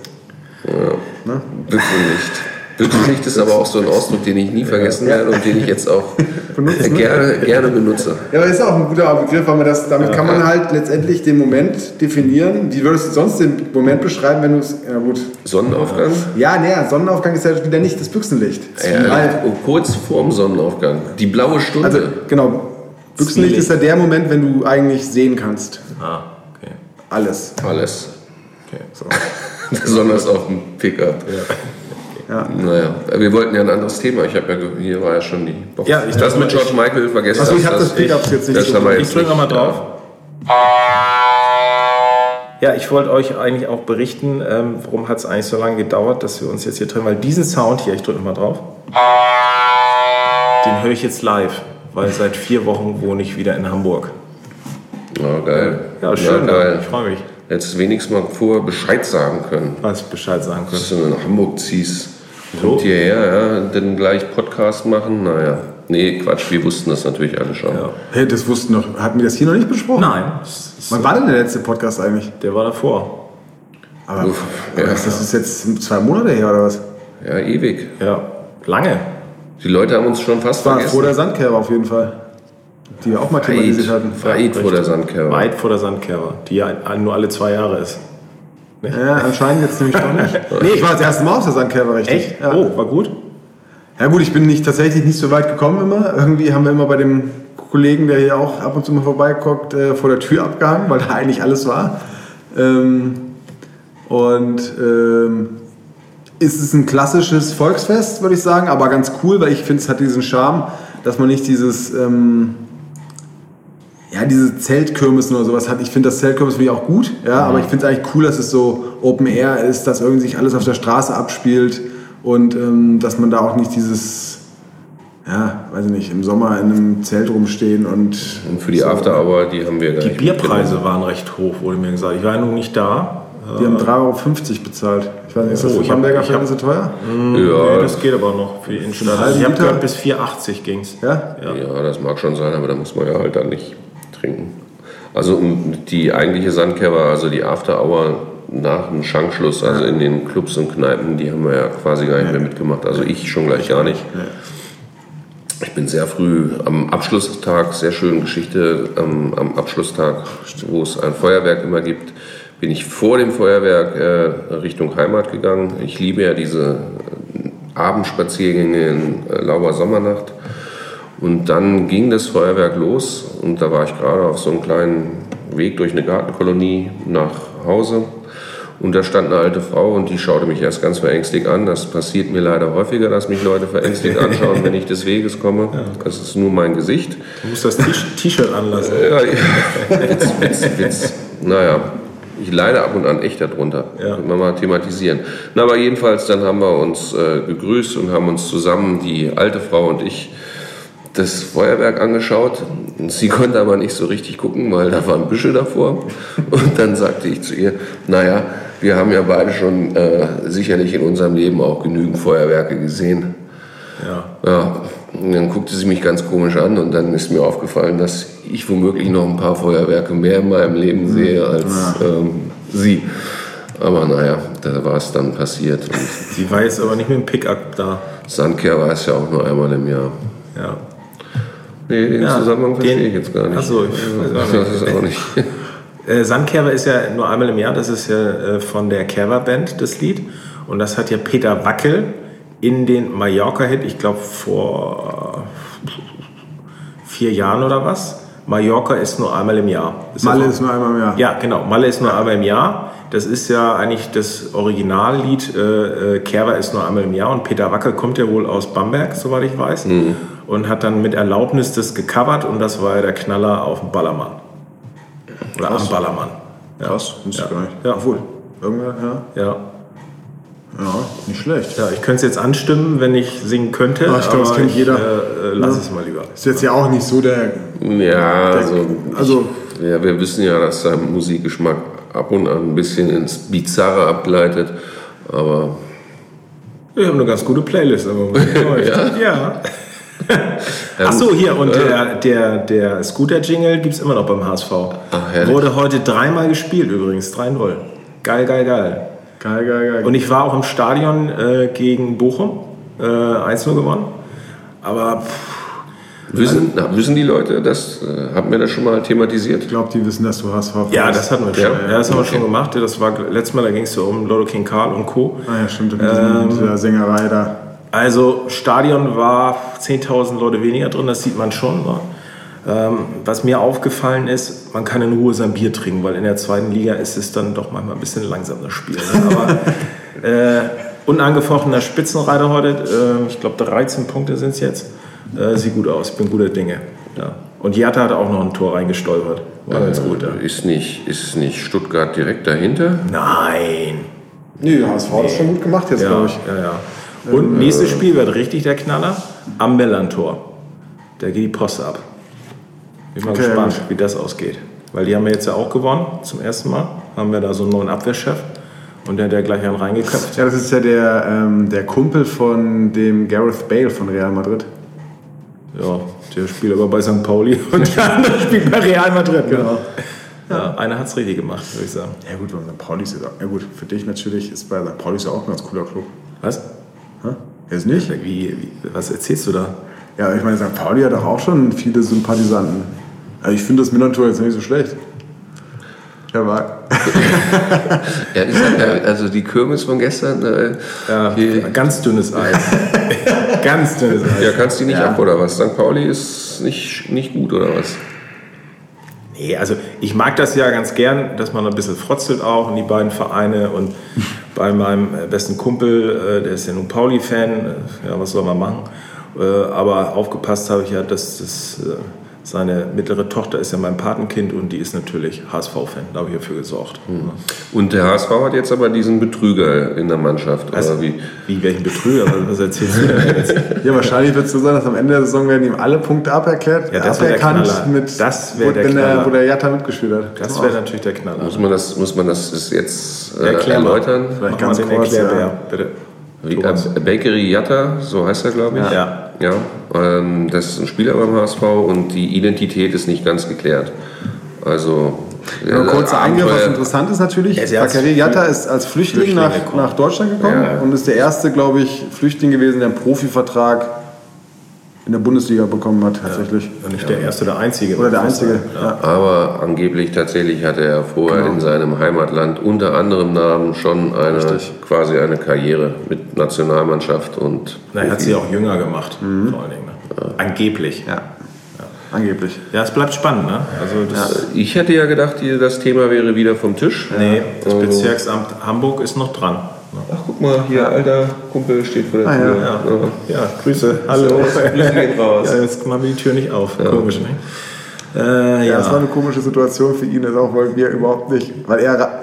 Büchsenlicht. Büttenpflicht ist aber auch so ein Ausdruck, den ich nie vergessen werde und den ich jetzt auch
Benutzt, ne?
gerne, gerne benutze.
Ja, aber ist auch ein guter Begriff, weil man das, damit kann man halt letztendlich den Moment definieren. Wie würdest du sonst den Moment beschreiben, wenn du es. Ja, gut.
Sonnenaufgang?
Ja, naja, Sonnenaufgang ist ja wieder nicht das Büchsenlicht.
Ja,
Weil,
und kurz vorm Sonnenaufgang. Die blaue Stunde.
also, genau. Büchsenlicht ist ja der Moment, wenn du eigentlich sehen kannst.
Ah, okay.
Alles.
Alles.
okay.
Besonders auf dem Pickup.
Ja.
Naja, wir wollten ja ein anderes Thema. Ich habe ja, ge- hier war ja schon die. Box.
Ja, ich-
das mit George Michael vergessen.
Achso, ich habe das
Pickup.
Pickups jetzt nicht.
Das
so
haben wir
Ich
jetzt
drücke
nicht.
nochmal drauf. Ja, ich wollte euch eigentlich auch berichten, ähm, warum hat es eigentlich so lange gedauert, dass wir uns jetzt hier treffen, weil diesen Sound hier, ich drücke nochmal drauf, den höre ich jetzt live, weil seit vier Wochen wohne ich wieder in Hamburg.
Ja, Oh, geil.
Ja, schön,
Ja, geil.
ich freue mich.
Hättest du wenigstens mal vorher Bescheid sagen können.
Was Bescheid sagen können.
Dass du nach Hamburg ziehst.
So.
Kommt hierher, ja, und dann gleich Podcast machen. Naja. Nee, Quatsch, wir wussten das natürlich alle schon.
Ja.
Hey, das wussten noch. Hatten wir das hier noch nicht besprochen?
Nein, es ist-
Wann war denn der letzte Podcast eigentlich?
der war davor.
Aber
Uff,
aber
ja.
ist das ist jetzt zwei Monate her oder was?
Ja, ewig.
Ja, lange.
Die Leute haben uns schon fast
War vor
vergessen.
der Sandkerbe auf jeden Fall. Die wir auch mal thematisiert hatten.
Vereid vor der Sandkerbe.
Weit vor der Sandkerber, die ja ein- nur alle zwei Jahre ist.
Ja, anscheinend jetzt nämlich doch nicht. Nee, ich war das erste Mal auf der Sandkerbe, richtig? Ja.
Oh, war gut?
Ja gut, ich bin nicht, tatsächlich nicht so weit gekommen immer. Irgendwie haben wir immer bei dem Kollegen, der hier auch ab und zu mal vorbeiguckt, äh, vor der Tür abgehangen, weil da eigentlich alles war. Ähm, und ähm, ist es ein klassisches Volksfest, würde ich sagen, aber ganz cool, weil ich finde, es hat diesen Charme, dass man nicht dieses, ähm, ja, diese Zeltkirmesen oder sowas hat. Ich finde das Zeltkirmes finde ich auch gut,
Mhm.
ja, aber ich finde es eigentlich cool, dass es so Open Air ist, dass irgendwie sich alles auf der Straße abspielt und ähm, dass man da auch nicht dieses, ja, weiß ich nicht, im Sommer in einem Zelt rumstehen und.
Und für die
so,
Afterhour, die haben wir gar
Die
nicht
Bierpreise waren recht hoch, wurde mir gesagt. Ich war ja nun nicht da.
Die haben 3,50 Euro bezahlt. Ich weiß nicht, ist das
Oh,
für
ich hab-
Bamberger
ich hab-
Verhältnisse teuer?
mitgenommen.
Nee, das geht aber noch für die Innenstadt.
Äh, Einen
Also ich habe
Liter?
gehört, bis 4,80 ging es.
Ja?
Ja, ja, das mag schon sein, aber da muss man ja halt dann nicht trinken. Also um die eigentliche Sandkerber, also die Afterhour nach dem Schankschluss, also in den Clubs und Kneipen, die haben wir ja quasi gar nicht mehr mitgemacht. Also ich schon gleich gar nicht. Ich bin sehr früh am Abschlusstag, sehr schöne Geschichte, ähm, am Abschlusstag, wo es ein Feuerwerk immer gibt, bin ich vor dem Feuerwerk äh, Richtung Heimat gegangen. Ich liebe ja diese äh, Abendspaziergänge in äh, lauer Sommernacht. Und dann ging das Feuerwerk los und da war ich gerade auf so einem kleinen Weg durch eine Gartenkolonie nach Hause. Und da stand eine alte Frau und die schaute mich erst ganz verängstigt an. Das passiert mir leider häufiger, dass mich Leute verängstigt anschauen, wenn ich des Weges komme. Das ist nur mein Gesicht.
Du musst das T- T-Shirt anlassen.
Äh.
Ja, ja. Witz, Witz, Witz. Naja, ich leide ab und an echt darunter.
Ja.
Können wir mal thematisieren. Na, aber jedenfalls, dann haben wir uns äh, gegrüßt und haben uns zusammen, die alte Frau und ich, das Feuerwerk angeschaut. Sie konnte aber nicht so richtig gucken, weil da waren Büsche davor. Und dann sagte ich zu ihr, naja, wir haben ja beide schon äh, sicherlich in unserem Leben auch genügend Feuerwerke gesehen.
Ja.
Ja, und dann guckte sie mich ganz komisch an und dann ist mir aufgefallen, dass ich womöglich noch ein paar Feuerwerke mehr in meinem
Mhm.
Leben sehe als ähm, sie. Aber naja, da war es dann passiert. Und
Sie war jetzt aber nicht mit dem Pickup da.
Sandkehr war es ja auch nur einmal im Jahr.
Ja.
Nee, den
Ja,
Zusammenhang verstehe
den-
ich jetzt gar nicht.
Ach so, ich weiß auch
das ist auch nicht.
Äh, Sandkerber ist ja nur einmal im Jahr, das ist ja äh, von der Kerber Band, das Lied. Und das hat ja Peter Wackel in den Mallorca-Hit, ich glaube vor vier Jahren oder was. Mallorca ist nur einmal im Jahr. Ist
Malle
also-
ist nur einmal im Jahr.
Ja, genau. Malle ist nur einmal im Jahr. Das ist ja eigentlich das Originallied. Äh, äh, Kerber ist nur einmal im Jahr. Und Peter Wackel kommt ja wohl aus Bamberg, soweit ich weiß.
Mhm.
Und hat dann mit Erlaubnis das gecovert. Und das war ja der Knaller auf dem Ballermann. Oder am Ballermann. Ja.
Krass, wusste ich
Ja.
gar nicht.
Ja.
Obwohl, irgendwer, ja.
Ja.
Ja, nicht schlecht.
ja, ich könnte es jetzt anstimmen, wenn ich singen könnte.
Ah, ich glaub, das kennt jeder.
Äh, äh, lass es mal lieber.
Ist jetzt ja auch nicht so der.
Ja, also,
Also,
ja, wir wissen ja, dass sein Musikgeschmack ab und an ein bisschen ins Bizarre abgleitet. Aber
Wir haben eine ganz gute Playlist im Moment. ja. ja. Ach so, hier, und der, der, der Scooter-Jingle gibt es immer noch beim HSV.
Ach, herrlich.
Wurde heute dreimal gespielt übrigens, 3-0. Geil, geil, geil.
geil, geil, geil.
Und ich war auch im Stadion äh, gegen Bochum äh, 1-0 gewonnen. Aber pff,
Wissen, na, wissen die Leute, das äh, haben wir das schon mal thematisiert?
Ich glaube, die wissen, dass du HSV
ja, das hatten wir schon.
Ja?
Ja, das haben wir
Okay.
schon gemacht. Das war letztes Mal, da ging es so um Lotto King Karl und Co.
Ah, ja, stimmt. Mit diesem- mit dieser Sängerei da.
Also Stadion war 10.000 Leute weniger drin, das sieht man schon. Ne? Ähm, was mir aufgefallen ist, man kann in Ruhe sein Bier trinken, weil in der zweiten Liga ist es dann doch manchmal ein bisschen langsam das Spiel. Ne? Aber äh, unangefochtener Spitzenreiter heute, äh, ich glaube 13 Punkte sind es jetzt, äh, sieht gut aus, bin guter Dinge. Ja. Und Jatta hat auch noch ein Tor reingestolpert, war ganz gut. Ja.
Ist nicht, ist nicht Stuttgart direkt dahinter?
Nein.
Nee, HSV hat das schon gut gemacht jetzt,
Ja,
glaube ich. Äh,
ja, ja. Und nächstes Spiel wird richtig der Knaller am Mellantor. Da geht die Post ab. Bin mal
Okay,
gespannt, wie das ausgeht. Weil die haben wir jetzt ja auch gewonnen zum ersten Mal. Haben wir da so einen neuen Abwehrchef und der hat ja gleich einen reingeköpft.
Ja, das ist ja der, ähm, der Kumpel von dem Gareth Bale von Real Madrid.
Ja, der spielt aber bei St. Pauli und der andere spielt bei Real Madrid. Genau. Ja, einer hat es richtig gemacht, würde ich sagen.
Ja gut, bei St. Pauli ist ja, ja gut, für dich natürlich ist bei St. Pauli ist ja auch ein ganz cooler Club.
Was?
Hä? Ist nicht?
Wie, wie, was erzählst du da?
Ja, ich meine, St. Pauli hat doch auch schon viele Sympathisanten. Also ich finde das Millantor jetzt nicht so schlecht. Ja, war.
Ja, ist, äh, also die Kirmes von gestern, äh,
Ja,
hier,
ganz dünnes Eis. ganz dünnes Eis.
ja, kannst die nicht ab oder was? St. Pauli ist nicht, nicht gut oder was?
Nee, also ich mag das ja ganz gern, dass man ein bisschen frotzelt auch in die beiden Vereine und bei meinem äh, besten Kumpel, äh, der ist ja nun Pauli-Fan, äh, ja, was soll man machen? Äh, Aber aufgepasst habe ich ja, dass das, äh, seine mittlere Tochter ist ja mein Patenkind und die ist natürlich HSV-Fan, da habe ich dafür gesorgt.
Hm. Und der HSV hat jetzt aber diesen Betrüger in der Mannschaft. Oder wie?
Also, Wie welchen Betrüger, was- was erzählst du denn jetzt?
Ja, wahrscheinlich wird es so sein, dass am Ende der Saison werden ihm alle Punkte aberklärt,
Ja, das wär der
aberkannt
Knaller.
mit,
Das wär
wo-
der
wenn
Knaller.
wo der Jatta mitgespielt hat.
Das wäre natürlich der Knaller.
Muss man das, muss man das ist jetzt äh,
Erklär mal.
erläutern?
Mach
Vielleicht
mal
ganz
den
kurz,
Erklärbär,
ja.
bitte.
Wie, äh, Bakery Yatta, so heißt er, glaube ich.
Ja.
ja ähm, das ist ein Spieler beim HSV und die Identität ist nicht ganz geklärt. Also.
Nur ein kurzer Angriff, was
Abenteuer-
interessant ist natürlich,
Er ist ja als
Bakary Jatta ist als Flüchtling
Flüchtling
nach,
gekommen.
nach Deutschland gekommen
Ja.
und ist der erste, glaube ich, Flüchtling gewesen, der einen Profivertrag in der Bundesliga bekommen hat, tatsächlich.
Und nicht der erste, der einzige.
Oder der einzige. Ja.
Aber angeblich tatsächlich hatte er vorher in seinem Heimatland unter anderem Namen schon eine quasi eine Karriere mit Nationalmannschaft und
Na, er hat sie auch jünger gemacht, vor allen Dingen. Ne? Angeblich.
Ja. Angeblich.
Ja, es bleibt spannend, ne? Also das,
ich hätte ja gedacht, die- das Thema wäre wieder vom Tisch.
nee, das Bezirksamt Hamburg ist noch dran.
Ach, guck mal, hier alter Kumpel steht vor der
Ah,
Tür.
Ja, ja Grüße, hallo.
Grüße gehen raus.
Ja, jetzt machen wir die Tür nicht auf. Komisch, ne? Äh,
Ja,
ja,
das war eine komische Situation für ihn, das auch, weil wir überhaupt nicht, weil er ra-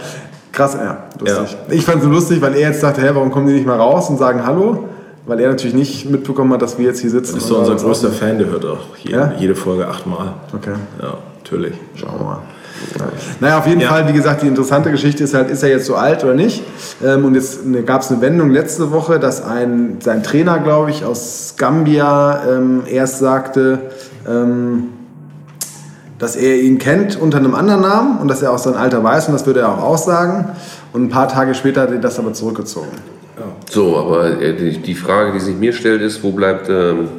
krass, ja, lustig. Ich fand es so lustig, weil er jetzt dachte, hä, warum kommen die nicht mal raus und sagen Hallo? Weil er natürlich nicht mitbekommen hat, dass wir jetzt hier sitzen.
das ist doch
und
unser
uns
größter Fan, der hört auch jede,
Ja?
jede Folge achtmal.
aus- Okay. Äh.
Ja, natürlich.
Schauen wir mal. Ja. Naja, auf jeden
Ja.
Fall, wie gesagt, die interessante Geschichte ist halt, ist er jetzt so alt oder nicht? Ähm, und jetzt gab es eine Wendung letzte Woche, dass ein, sein Trainer, glaube ich, aus Gambia ähm, erst sagte, ähm, dass er ihn kennt unter einem anderen Namen und dass er auch sein Alter weiß und das würde er auch aussagen. Und ein paar Tage später hat er das aber zurückgezogen.
So, aber äh, die, die Frage, die sich mir stellt, ist, wo bleibt ähm,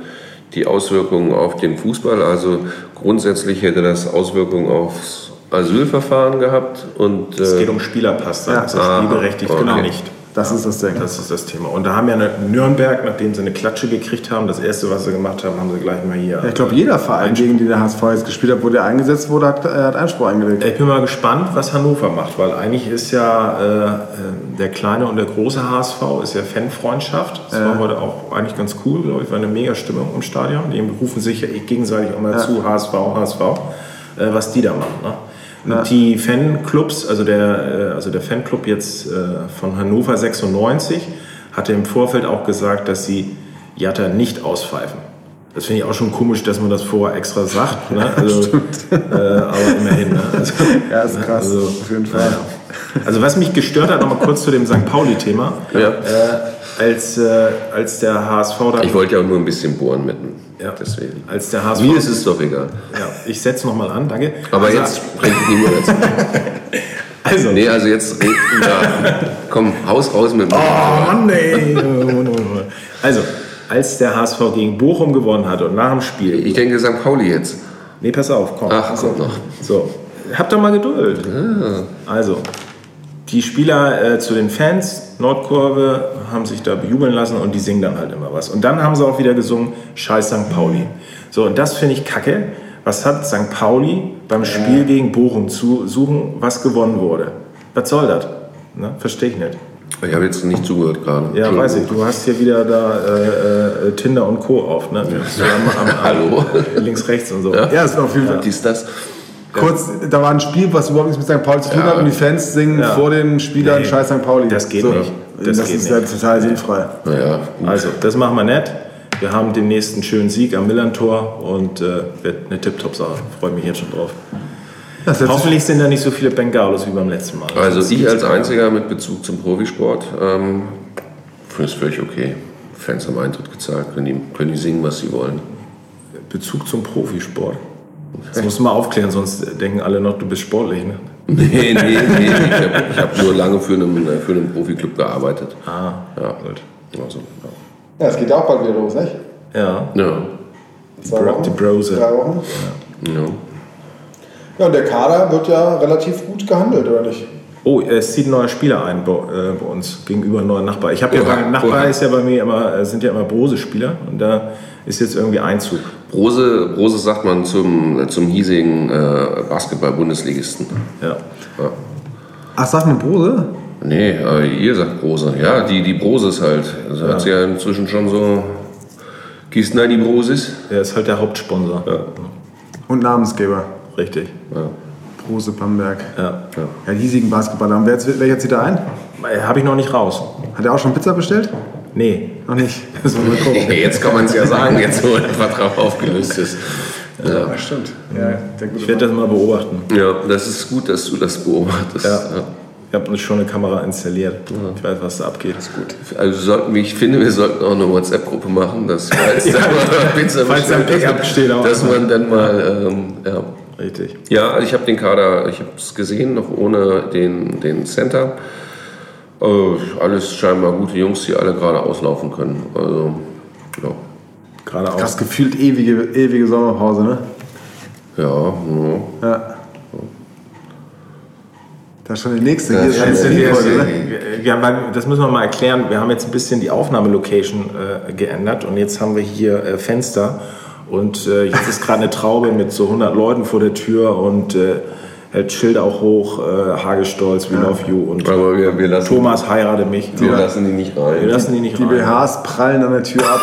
die Auswirkung auf den Fußball? Also grundsätzlich hätte das Auswirkungen aufs Asylverfahren gehabt und
Es
äh,
geht um Spielerpass, dann
Ja.
ist das
Ah,
spielberechtigt
okay.
genau nicht.
Das ist das Ding.
Das ist das Thema. Und da haben ja eine- Nürnberg, nachdem sie eine Klatsche gekriegt haben, das erste, was sie gemacht haben, haben sie gleich mal hier.
Ja, ich glaube, jeder Verein, gegen den der HSV jetzt gespielt hat, wo der eingesetzt wurde, hat, er hat Einspruch eingelegt.
äh, Ich bin mal gespannt, was Hannover macht, weil eigentlich ist ja äh, äh, der kleine und der große HSV ist ja Fanfreundschaft. Das war heute auch eigentlich ganz cool, glaube ich, war eine mega Stimmung im Stadion. Die rufen sich ja gegenseitig auch mal zu HSV, HSV, äh, was die da machen. Ne? Und Die Fanclubs, also der, äh, also der Fanclub jetzt äh, von Hannover 96 hatte im Vorfeld auch gesagt, dass sie Jatta nicht auspfeifen. Das finde ich auch schon komisch, dass man das vorher extra sagt. Ne? Also, äh, aber immerhin. Ne? Also,
Ja, ist krass,
also,
auf jeden Fall.
also was mich gestört hat, nochmal kurz zu dem St. Pauli-Thema.
Ja.
Äh, als, äh, als der HSV dann...
ich wollte ja auch nur ein bisschen bohren mitten.
ja,
Deswegen.
Als der HSV...
Mir ist es doch egal.
ja, ich setze nochmal an, danke.
Aber
also,
jetzt spreche ich nicht mehr dazu.
Also,
Nee, also jetzt red- ja. komm, haus raus mit dem.
Oh Mann, ey. Also, als der HSV gegen Bochum gewonnen hat und nach dem Spiel.
Ich denke St. Pauli jetzt.
Nee, pass auf, komm.
Ach, kommt noch.
So, habt doch mal Geduld. Also, die Spieler äh, zu den Fans, Nordkurve, haben sich da bejubeln lassen und die singen dann halt immer was. Und dann haben sie auch wieder gesungen, Scheiß St. Pauli. So, und das finde ich kacke. Was hat St. Pauli beim Spiel gegen Bochum zu suchen, was gewonnen wurde? Was soll das? Ne? Verstehe ich nicht.
Ich habe jetzt nicht zugehört gerade.
Ja, weiß ich. Du hast hier wieder da äh, äh, Tinder und Co. auf, ne? So am- am-
Hallo.
Links, rechts und so.
Ja, das ist auf jeden Fall.
Dies, das.
Kurz, da war ein Spiel, was überhaupt nichts mit St. Pauli zu tun hat und die Fans singen
Ja.
vor den Spielern
Nee,
Scheiß St. Pauli.
das geht nicht.
Das,
Das geht
ist
nicht.
ja total sinnfrei.
Naja, gut.
Also, das machen wir nett. Wir haben demnächst einen schönen Sieg am Millantor und äh, wird eine Tip-Top-Sache. Freue mich jetzt schon drauf.
Das hört sich-
Hoffentlich sind da nicht so viele Bengalos wie beim letzten Mal.
Also ich als Einziger mit Bezug zum Profisport ähm, finde es völlig okay. Fans haben Eintritt gezahlt, können die, können die singen, was sie wollen.
Bezug zum Profisport. Das musst du mal aufklären, sonst denken alle noch, du bist sportlich. Ne?
Nee, nee, nee. Ich habe ich hab nur lange für einen, äh, für einen Profiklub gearbeitet.
Ah,
Ja,
gut.
also,
Ja, es geht ja auch bald wieder los, nicht?
Ja,
ja. ja.
Zwei
Bro- die Brose.
Drei Wochen.
ja.
Ja, und der Kader wird ja relativ gut gehandelt, oder nicht?
Oh, es zieht ein neuer Spieler ein bei, äh, bei uns gegenüber einem neuen Nachbar. Ich habe ja
Oha,
beim Nachbar
oha.
ist ja bei mir immer äh, sind ja immer Brose-Spieler und da ist jetzt irgendwie Einzug.
Brose, Brose sagt man zum, zum hiesigen äh, Basketball-Bundesligisten.
Ja.
Ja.
Ach, sag mal, Brose?
Nee, äh, ihr sagt Brose. Ja, die, die Broses halt. Also hat sie ja inzwischen schon so. Gießner, die Broses.
Er ist halt der Hauptsponsor.
Und Namensgeber.
Richtig.
Ja.
Brose Bamberg.
Ja.
Ja, hiesigen Basketballer. Und wer, jetzt- welcher zieht da ein?
Habe Äh, ich noch nicht raus.
Hat er auch schon Pizza bestellt?
Nee.
Noch nicht.
Müssen wir mal gucken.
Hey, jetzt kann man es ja sagen, jetzt wo der Vertrag aufgelöst ist. Ja.
Stimmt. Ja, der gute
Ich werde das mal beobachten.
ja, das ist gut, dass du das beobachtest.
Ja.
Ja.
Ich habe uns schon eine Kamera installiert. Ich weiß, was da abgeht.
Also sollten wir, ich finde, wir sollten auch eine WhatsApp-Gruppe machen, dass falls da mal Pizza
Falls da ein
bestellt ist,
Pickup steht auch.
dass man dann mal, ähm, ja.
Richtig.
ja, also ich habe den Kader, ich habe es gesehen, noch ohne den, den Center. Äh, alles scheinbar gute Jungs, die alle gerade auslaufen können. Also, ja.
Geradeaus.
Krass, gefühlt ewige, ewige Sommerpause, ne?
Ja, ja.
Ja. Da ist schon der nächste.
Ja,
Hier ist
schon
eine
der
Stilfolge,
nächste.
ne?
Wir- Wir haben, beim- das müssen wir mal erklären. Wir haben jetzt ein bisschen die Aufnahmelocation äh, geändert und jetzt haben wir hier äh, Fenster und äh, jetzt ist gerade eine Traube mit so 100 Leuten vor der Tür und äh, hält Schilder auch hoch, äh, Hagestolz, We Love You und
Aber wir, wir, lassen,
Thomas heirate mich.
wir lassen die nicht
Wir
rein.
lassen die nicht
Die
rein.
BHs prallen an der Tür ab.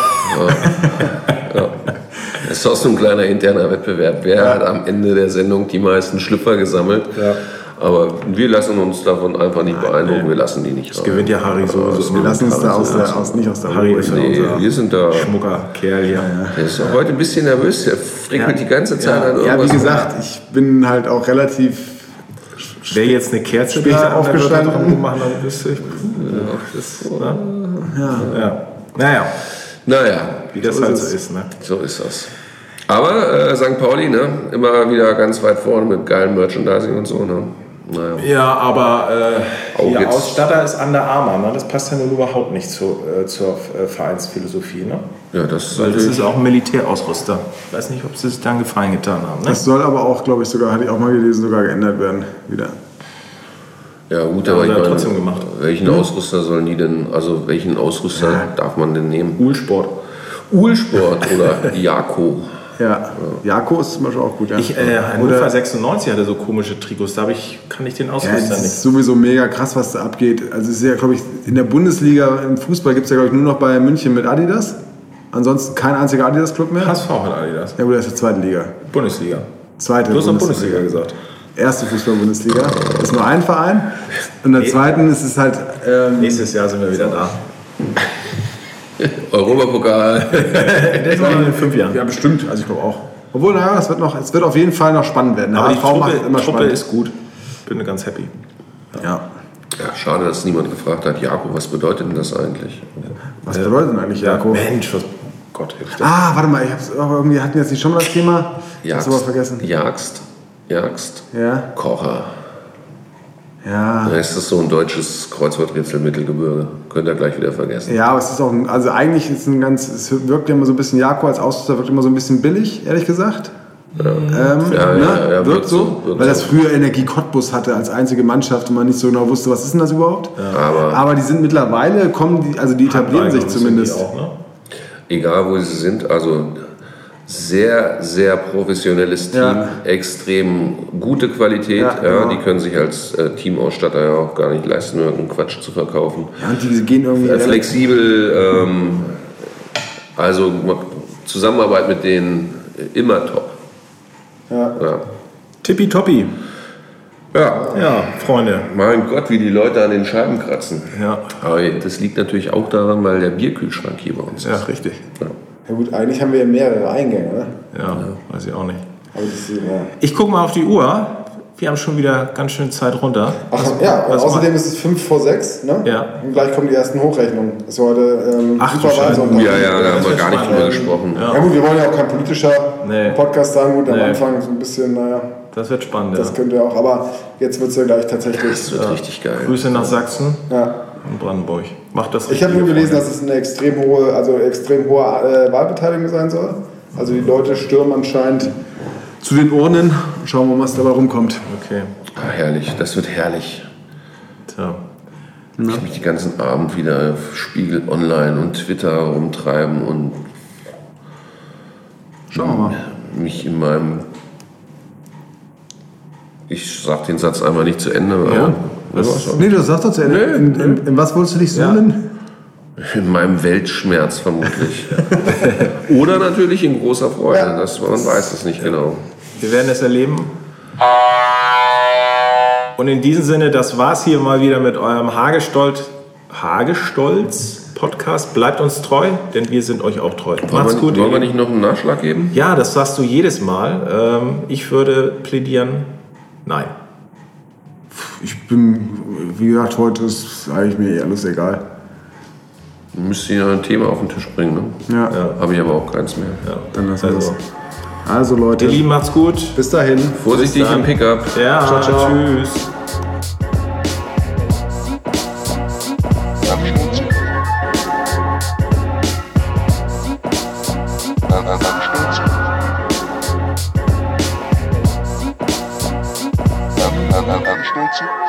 Das ist auch so ein kleiner interner Wettbewerb. Wer hat am Ende der Sendung die meisten Schlüpfer gesammelt? Aber wir lassen uns davon einfach nicht beeindrucken. Wir lassen die nicht rein.
Gewinnt ja Harry sowieso.
Wir lassen uns da aus der, aus, nicht aus der
Harry
Ruhe. genau.
ist ja
Nee,
unser
wir sind da.
schmucker Kerl hier.
Der ist auch heute ein bisschen nervös. Der frickelt die ganze Zeit an
Ja,
irgendwas.
wie gesagt, ich bin halt auch relativ.
Wäre jetzt eine Kerze
Spät
da
aufgestanden.
machen, dann wüsste ich. Ja, das, ne? ja. Naja,
Naja,
wie das halt so ist. Ne?
so ist das. Aber äh, St. Pauli, ne? Immer wieder ganz weit vorne mit geilem Merchandising und so, ne? Naja.
Ja, aber äh,
Oh,
ihr
jetzt-
Ausstatter ist Under Armour. Ne? Das passt ja nun überhaupt nicht zu, äh, zur äh, Vereinsphilosophie. Ne?
Ja, das ist
Weil das
natürlich-
ist auch ein Militärausrüster. Ich weiß nicht, ob sie es dann gefallen getan haben. Ne?
Das soll aber auch, glaube ich, sogar, hatte ich auch mal gelesen, sogar geändert werden. Wieder.
Ja gut, aber
haben sie
ich
ja
meine,
trotzdem gemacht. Hm?
welchen Ausrüster sollen die denn, also welchen Ausrüster darf man denn nehmen?
Ulsport.
Uhlsport oder Jako.
Ja. Jako ist zum Beispiel auch gut, ja.
Ich, äh, Hannover 96 hatte so komische Trikots. Da hab ich, kann ich den
Ja,
Ausrüster
es
nicht.
ist sowieso mega krass, was da abgeht. Also es ist ja, glaube ich, in der Bundesliga im Fußball gibt es ja, glaube ich, nur noch bei München mit Adidas. Ansonsten kein einziger Adidas-Club mehr.
HSV hat Adidas.
Ja gut, das ist die zweite Liga.
Bundesliga.
Zweite
Du hast doch Bundesliga gesagt.
Erste Fußball-Bundesliga. Das ist nur ein Verein. In der zweiten ist es halt... Ähm,
Nächstes Jahr sind wir wieder da.
Europapokal.
In fünf Jahren.
ja, bestimmt. Also ich glaube auch. Obwohl, naja, es wird, noch, es wird auf jeden Fall noch spannend werden. Der
Aber die
HSV macht es
Truppe,
immer
Truppe
spannend.
ist gut. Bin ganz happy.
ja.
Ja, schade, dass niemand gefragt hat, Jako, was bedeutet denn das eigentlich?
Was bedeutet denn eigentlich Jako?
Mensch, was Oh Gott hilft.
Ah, warte mal, ich hab's aber irgendwie, hatten wir jetzt nicht schon mal das Thema? Ich hab's aber vergessen.
Jagst. Jagst.
Ja.
Kocher.
Ja.
Da ist das so ein deutsches Kreuzworträtsel Mittelgebirge. Könnt ihr gleich wieder vergessen.
Ja, aber es ist auch, ein, also eigentlich ist ein ganz, es wirkt immer so ein bisschen, Jako als Ausrüster wirkt immer so ein bisschen billig, ehrlich gesagt. Ähm,
Ja,
ne?
ja, ja,
wirkt,
wirkt
so,
so, wirkt
weil das
so.
früher Energie Cottbus hatte als einzige Mannschaft und man nicht so genau wusste, was ist denn das überhaupt.
Aber
Aber die sind mittlerweile, kommen die, also die etablieren sich zumindest.
Auch, ne?
egal wo sie sind, also sehr, sehr professionelles Team,
Ja.
extrem gute Qualität.
Ja,
Ja,
genau.
Die können sich als äh, Teamausstatter ja auch gar nicht leisten, irgendeinen Quatsch zu verkaufen.
Ja, und die gehen irgendwie.
Äh, flexibel, ähm, also Zusammenarbeit mit denen äh, immer top.
Ja.
Ja.
Tippitoppi.
ja,
Ja, Freunde.
mein Gott, wie die Leute an den Scheiben kratzen.
Ja,
Aber das liegt natürlich auch daran, weil der Bierkühlschrank hier bei uns
ja
ist.
richtig.
ja gut, eigentlich haben wir ja mehrere Eingänge, ne?
Ja, weiß ich auch nicht.
Aber das ist, ja.
Ich gucke mal auf die Uhr. Wir haben schon wieder ganz schön Zeit runter.
Ach ja, und
was
außerdem ist es 5 vor 6, ne?
Ja.
Und gleich kommen die ersten Hochrechnungen. Ist ja heute ähm,
Ach, du
super
Scheiße.
Wahlsonntag.
Ja, ja, da haben wir
Das
gar
ist
nicht
mal,
drüber
ähm,
gesprochen.
Ja gut, wir wollen ja auch kein politischer
Nee.
Podcast sein. Gut, am
Nee.
Anfang so ein bisschen, naja,
Das wird spannend.
das
Ja.
könnte ja auch. Aber jetzt wird es ja gleich tatsächlich.
Das wird richtig geil.
Grüße nach Sachsen
Ja.
und Brandenburg. Macht das
Ich habe nur
Richtige,
gelesen, dass
Freunde.
es eine extrem hohe, also extrem hohe äh, Wahlbeteiligung sein soll. Also die Leute stürmen anscheinend.
Zu den Urnen, schauen wir mal, was dabei rumkommt.
Okay,
Ah, herrlich, das wird herrlich.
tja.
Ich habe mich den ganzen Abend wieder auf Spiegel online und Twitter rumtreiben und
Schauen wir mal.
mich in meinem. Ich sag den Satz einmal nicht zu Ende, aber
Ja.
das war schon.
Nee, du sagst doch zu Ende. in, in, in was wolltest du dich sohlen?
in meinem Weltschmerz vermutlich. Oder natürlich in großer Freude, das, man weiß es nicht genau.
Wir werden es erleben. Und in diesem Sinne, das war's hier mal wieder mit eurem Hagestolz, Hagestolz Podcast. Bleibt uns treu, denn wir sind euch auch treu.
Wollen,
Macht's
wir,
gut.
wollen wir
ihr Lieben.
nicht noch einen Nachschlag geben?
Ja, das sagst du jedes Mal. Ähm, ich würde plädieren, nein.
Ich bin, wie gesagt, heute ist eigentlich mir eh alles egal.
Müsste ja ein Thema auf den Tisch bringen. Ne?
Ja,
Habe ich aber auch keins mehr.
dann lassen wir
Also,
es. Also Leute,
ihr Lieben, macht's gut.
bis dahin.
Vorsichtig im Pickup.
Ja,
Ciao, ciao.
tschüss.
Schnauze.